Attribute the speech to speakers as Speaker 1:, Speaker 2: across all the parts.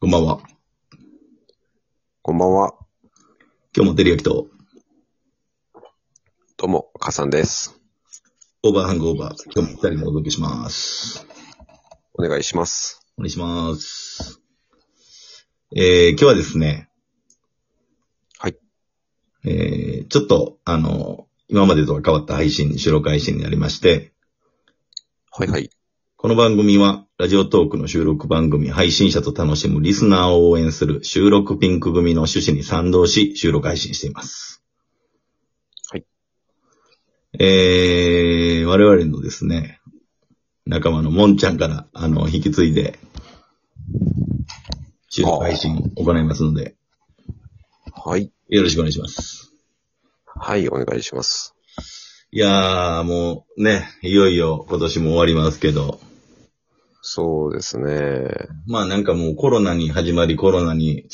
Speaker 1: こんばんは。
Speaker 2: こんばんは。
Speaker 1: 今日もデリヤキと、
Speaker 2: どうも、かさんです。
Speaker 1: オーバーハングオーバー、今日も二人でお届けします。
Speaker 2: お願いします。
Speaker 1: お願いします。えー、今日はですね。
Speaker 2: はい。
Speaker 1: えー、ちょっと、あの、今までとは変わった配信、収録配信になりまして、
Speaker 2: はいはい。
Speaker 1: この番組は、ラジオトークの収録番組、配信者と楽しむリスナーを応援する収録ピンク組の趣旨に賛同し、収録配信しています。
Speaker 2: はい。
Speaker 1: えー、我々のですね、仲間のもんちゃんから、あの、引き継いで、収録配信を行いますので、
Speaker 2: はい。
Speaker 1: よろしくお願いします。
Speaker 2: はい、お願いします。
Speaker 1: いやー、もうね、いよいよ今年も終わりますけど、
Speaker 2: そうですね。
Speaker 1: まあなんかもうコロナに始まりコロナに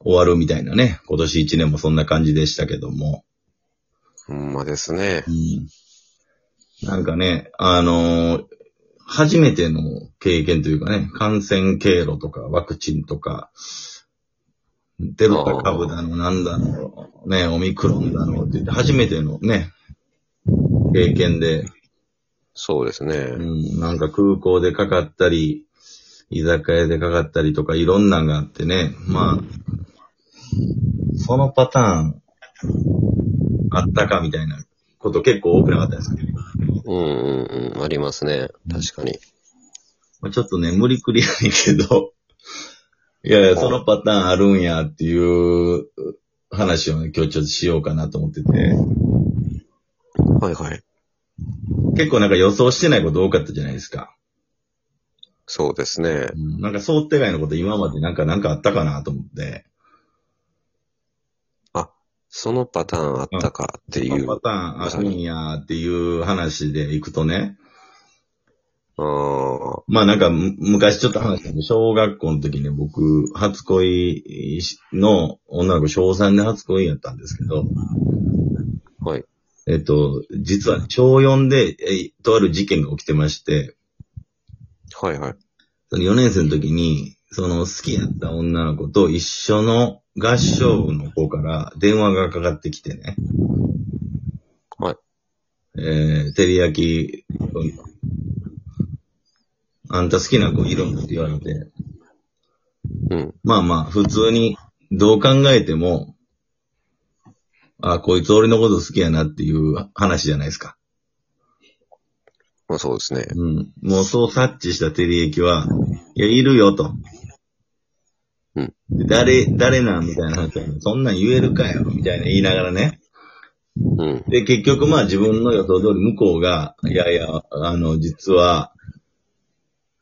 Speaker 1: 終わるみたいなね、今年一年もそんな感じでしたけども。
Speaker 2: ほんまですね
Speaker 1: う。ん、なんかね、あのー初めての経験というかね、感染経路とかワクチンとか、デルタ株だの、なんだの、ね、オミクロンだのって言って、初めてのね、経験で、
Speaker 2: そうですね。
Speaker 1: うん、なんか空港でかかったり、居酒屋でかかったりとかいろんなんがあってね。まあ、そのパターン、あったかみたいなこと結構多くなかったですか
Speaker 2: うんうんうん。ありますね。確かに。
Speaker 1: まあちょっとね、無理くりやねんけど、 いやいや、そのパターンあるんやっていう話をね、今日ちょっとしようかなと思ってて、
Speaker 2: はいはい。
Speaker 1: 結構なんか予想してないこと多かったじゃないですか。
Speaker 2: そうですね。
Speaker 1: うんなんか想定外のこと今までなんかなんかあったかなと思って。
Speaker 2: そのパターンあったかっていう。
Speaker 1: パターンあるんやっていう話でいくとね、
Speaker 2: あー
Speaker 1: まあなんかむ昔ちょっと話したけど、小学校の時に僕、初恋の女の子、小3で初恋やったんですけど、
Speaker 2: はい。
Speaker 1: えっと、実は小4で、えとある事件が起きてまして、
Speaker 2: はいはい。
Speaker 1: その4年生の時に、その好きやった女の子と一緒の合唱部の子から電話がかかってきてね。
Speaker 2: はい。
Speaker 1: えー、照り焼き、あんた好きな子いるのって言われて、
Speaker 2: うん。
Speaker 1: まあまあ、普通に、どう考えても、あ、こいつ俺のこと好きやなっていう話じゃないですか。
Speaker 2: まあそうですね。
Speaker 1: うん。もうそう察知した照り焼きは、いや、いるよと。
Speaker 2: うん
Speaker 1: で。誰、誰なんみたいな話やねそんなん言えるかよみたいな言いながらね。
Speaker 2: うん。
Speaker 1: で、結局まあ自分の予想通り向こうが、いやいや、あの、実は、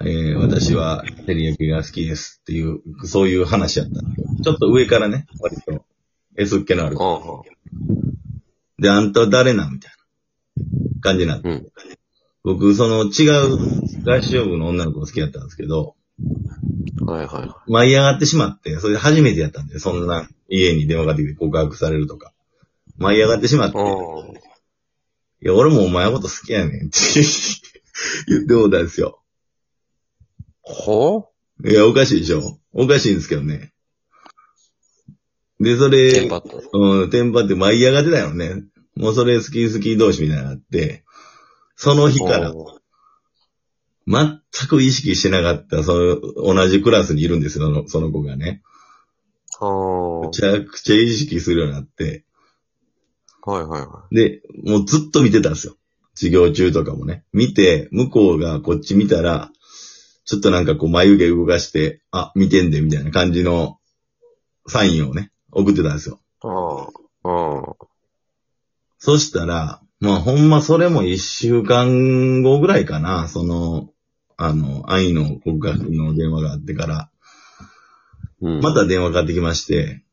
Speaker 1: えー、私は、照り焼きが好きですっていう、そういう話やったのちょっと上からね、割と、えすっ気のある。
Speaker 2: ああ。
Speaker 1: で、あんた誰なんみたいな感じになって。
Speaker 2: うん。
Speaker 1: 僕、その違う合唱部の女の子が好きだったんですけど、
Speaker 2: はいは
Speaker 1: 舞い上がってしまって、それで初めてやったんで、そんな家に電話が出て告白されるとか。舞い上がってしまっ
Speaker 2: い。
Speaker 1: て、
Speaker 2: あ
Speaker 1: いや、俺もお前のこと好きやねんって言ってもうたんですよ。
Speaker 2: あ。ほ
Speaker 1: いや、おかしいでしょ。おかしいんですけどね。で、そ
Speaker 2: え
Speaker 1: れ
Speaker 2: テン、パった。
Speaker 1: うん、テンパって舞い上がってたよね。もうそれ好き好き同士みたいなのがあって、その日から
Speaker 2: お
Speaker 1: 全く意識してなかった、その、同じクラスにいるんですよ、そのその子がね。
Speaker 2: ー
Speaker 1: めちゃくちゃ意識するようになって。
Speaker 2: ああ。はいはいは
Speaker 1: で、もうずっと見てたんですよ。授業中とかもね。見て、向こうがこっち見たら、ちょっとなんかこう眉毛動かして、あ、見てんで、みたいな感じのサインをね、送ってたんですよ。
Speaker 2: い。ああ。ああ。
Speaker 1: そしたら、まあほんまそれも一週間後ぐらいかな、その、あの、愛の告白の電話があってから、
Speaker 2: うん。
Speaker 1: また電話かかってきまして、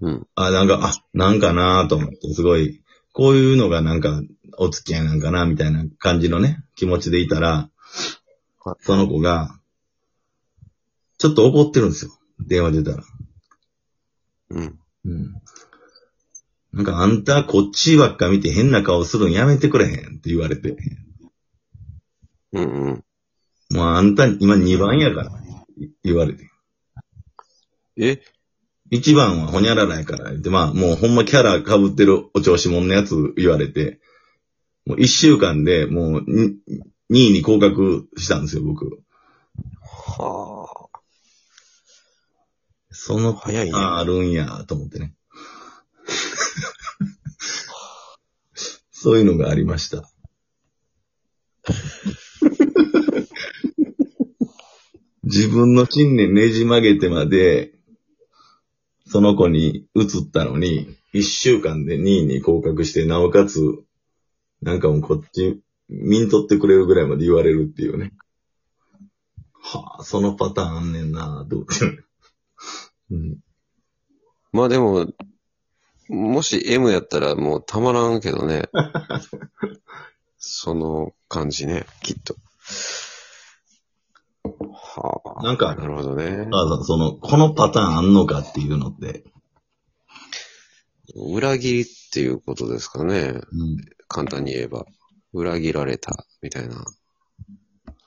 Speaker 2: うん。
Speaker 1: あ、なんか、あ、なんかなと思って、すごい、こういうのがなんか、お付き合いなんかなみたいな感じのね、気持ちでいたら
Speaker 2: はい、
Speaker 1: その子が、ちょっと怒ってるんですよ。電話出たら。
Speaker 2: うん。
Speaker 1: うん。なんか、あんた、こっちばっか見て変な顔するんやめてくれへんって言われて。
Speaker 2: うんうん。
Speaker 1: もうあんた、今2番やから、言われて。
Speaker 2: え
Speaker 1: 一番はほにゃららやから、言って、まあ、もうほんまキャラ被ってるお調子者のやつ言われて、もう一週間でもうに2位に降格したんですよ、僕。
Speaker 2: は
Speaker 1: その
Speaker 2: あ、早いね。
Speaker 1: ああるんや、と思ってね。 そういうのがありました。 自分の信念ねじ曲げてまで、その子に移ったのに、一週間で2位に降格して、なおかつ、なんかもうこっち、見んとってくれるぐらいまで言われるっていうね。はあ、そのパターンあんねんなぁ、と思って。 うん
Speaker 2: まあでも、もし M やったらもうたまらんけど ね。その感じね、きっと。はあ。
Speaker 1: なんか
Speaker 2: なるほどね。
Speaker 1: あその、このパターンあんのかっていうのって。
Speaker 2: 裏切りっていうことですかね。
Speaker 1: うん、
Speaker 2: 簡単に言えば。裏切られた、みたいな。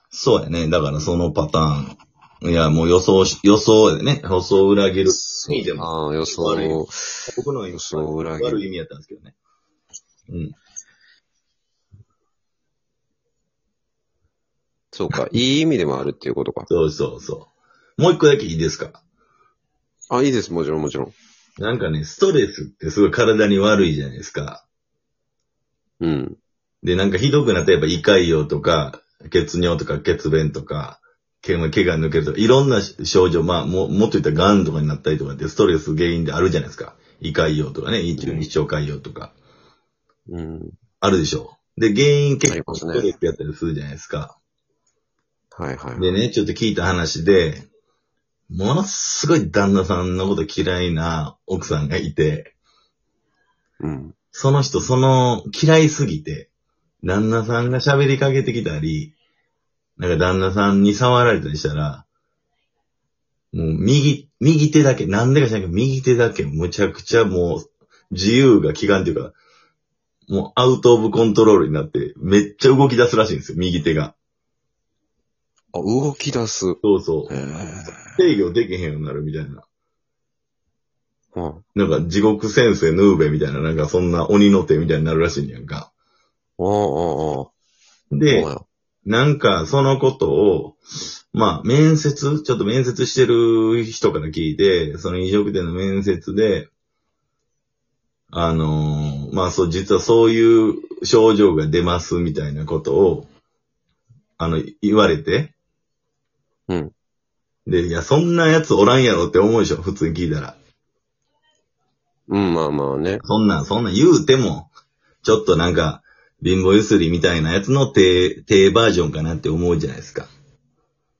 Speaker 1: そうやね。だからそのパターン。いや、もう予想し、予想でね。予想を裏切る。意味でも。
Speaker 2: ああ、予想
Speaker 1: 悪い
Speaker 2: を。
Speaker 1: 僕の
Speaker 2: 予想を裏切る
Speaker 1: 悪い意味やったんですけどね。うん。
Speaker 2: そうか、いい意味でもあるっていうことか。
Speaker 1: そうそうそう。もう一個だけいいですか
Speaker 2: あ、いいです、もちろんもちろん。
Speaker 1: なんかね、ストレスってすごい体に悪いじゃないですか。
Speaker 2: うん。
Speaker 1: で、なんかひどくなったらやっぱ胃潰瘍とか、血尿とか血便とか、毛が毛が抜けるとか、いろんな症状、まあ、ももっと言ったら癌とかになったりとかってストレス原因であるじゃないですか。胃潰瘍とかね、胃腸
Speaker 2: うん
Speaker 1: 胃腸潰瘍とか、
Speaker 2: うん。
Speaker 1: あるでしょう。で、原因結構
Speaker 2: あります
Speaker 1: ス
Speaker 2: ね
Speaker 1: トレスやったりするじゃないですか。
Speaker 2: はいはい。
Speaker 1: でね、ちょっと聞いた話で、ものすごい旦那さんのこと嫌いな奥さんがいて、
Speaker 2: うん。
Speaker 1: その人、その、嫌いすぎて、旦那さんが喋りかけてきたり、なんか旦那さんに触られたりしたら、もう右、右手だけ、なんでか知らんけど、右手だけ、むちゃくちゃもう、自由が気眼というか、もうアウトオブコントロールになって、めっちゃ動き出すらしいんですよ、右手が。
Speaker 2: あ、動き出す。へ
Speaker 1: そうそう。
Speaker 2: え。
Speaker 1: 制御できへんようになるみたいな。
Speaker 2: うん。
Speaker 1: なんか地獄先生ヌーベみたいな、なんかそんな鬼の手みたいになるらしいんやんか。
Speaker 2: ああ、ああ、ああ。
Speaker 1: で
Speaker 2: そう、や
Speaker 1: なんか、そのことを、まあ、面接、ちょっと面接してる人から聞いて、その飲食店の面接で、あのーまあ、そう、実はそういう症状が出ますみたいなことを、あの、言われて、
Speaker 2: うん。
Speaker 1: で、いや、そんなやつおらんやろって思うでしょ、普通に聞いたら。
Speaker 2: うん、まあまあね。
Speaker 1: そんなん、そんなん言うても、ちょっとなんか、貧乏ゆすりみたいなやつの低、低バージョンかなって思うじゃないですか。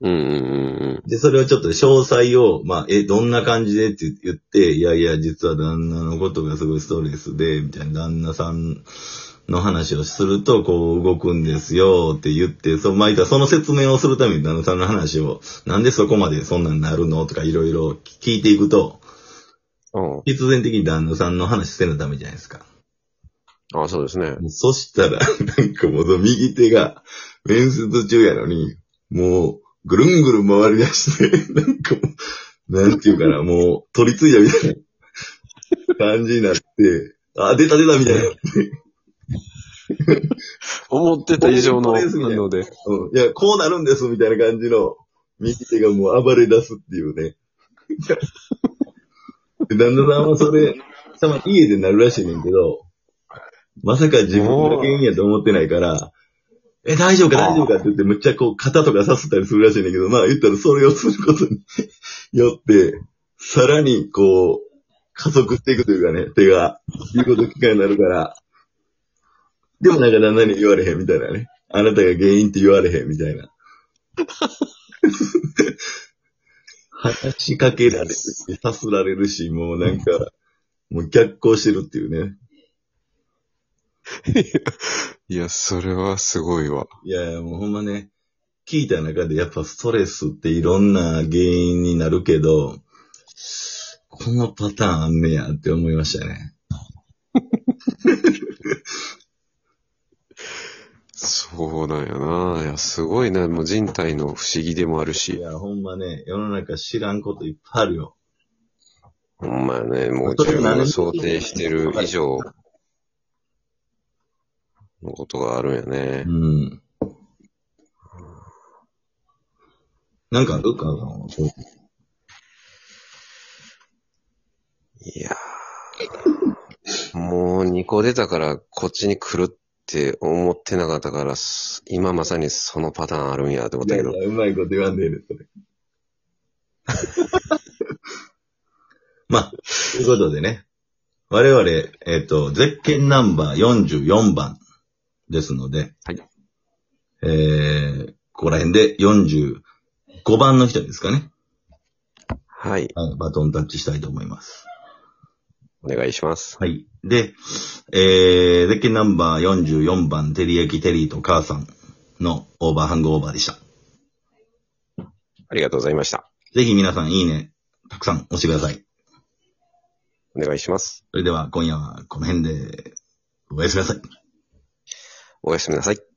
Speaker 2: うん、うん、
Speaker 1: で、それをちょっと詳細を、まあ、え、どんな感じでって言って、いやいや、実は旦那のことがすごいストレスで、みたいな旦那さんの話をすると、こう動くんですよって言って、その、まあ、言ったらその説明をするために旦那さんの話を、なんでそこまでそんなんなるのとかいろいろ聞いていくと、
Speaker 2: うん。うん。
Speaker 1: 必然的に旦那さんの話せなダメじゃないですか。
Speaker 2: ああ、そうですね。
Speaker 1: もうそしたら、 なんかもうその右手が、面接中やのに、もう、ぐるんぐるん回り出して、 なんかもう、なんていうかな、もう、取り付いたみたいな感じになって、あ、出た出たみたいな。
Speaker 2: 思ってた以上の
Speaker 1: これ
Speaker 2: 反
Speaker 1: ですみたいな
Speaker 2: 応で。
Speaker 1: うん、いや、こうなるんですみたいな感じの、右手がもう暴れ出すっていうね。 で旦那さんはそれ、たまに家でなるらしいねんけど、まさか自分が原因やと思ってないから、え、大丈夫か大丈夫かって言って、むっちゃこう、肩とか刺したりするらしいねんだけど、まあ言ったらそれをすることによって、さらにこう、加速していくというかね、手が、言うこと機会になるから、でもなんか旦那に言われへんみたいなね。あなたが原因って言われへんみたいな。 話しかけられるし、さすられるし、もうなんか、もう逆行してるっていうね。
Speaker 2: いや、それはすごいわ。
Speaker 1: いやいや、もうほんまね、聞いた中でやっぱストレスっていろんな原因になるけど、このパターンあんねやって思いましたね。
Speaker 2: そうなんやな。いや、すごいな。もう人体の不思議でもある
Speaker 1: い
Speaker 2: し。
Speaker 1: や、ほんまね、世の中知らんこといっぱいあるよ。
Speaker 2: ほんまやね、もう
Speaker 1: それ
Speaker 2: 自分
Speaker 1: 何
Speaker 2: が想定してる以上のことがあるんやね
Speaker 1: う。ん。なんかあるかなそう
Speaker 2: いやーもう2個出たからこっちに来るって思ってなかったから、す今まさにそのパターンあるんやと思ったけど
Speaker 1: い。やいやうまいこと言わんでいる、それ。 まあ、ということでね。我々、えっ、と、ゼッケンナンバー44番ですので、
Speaker 2: はい。
Speaker 1: えー、ここら辺で45番の人ですかね。
Speaker 2: はい、
Speaker 1: はいバトンタッチしたいと思います。
Speaker 2: お願いします。
Speaker 1: はい。で、えー、ゼッケンナンバー44番、テリヤキテリーと母さんのオーバーハングオーバーでした。
Speaker 2: ありがとうございました。
Speaker 1: ぜひ皆さんいいね、たくさん押してください。
Speaker 2: お願いします。
Speaker 1: それでは今夜はこの辺でおやすみなさい。
Speaker 2: おやすみなさい。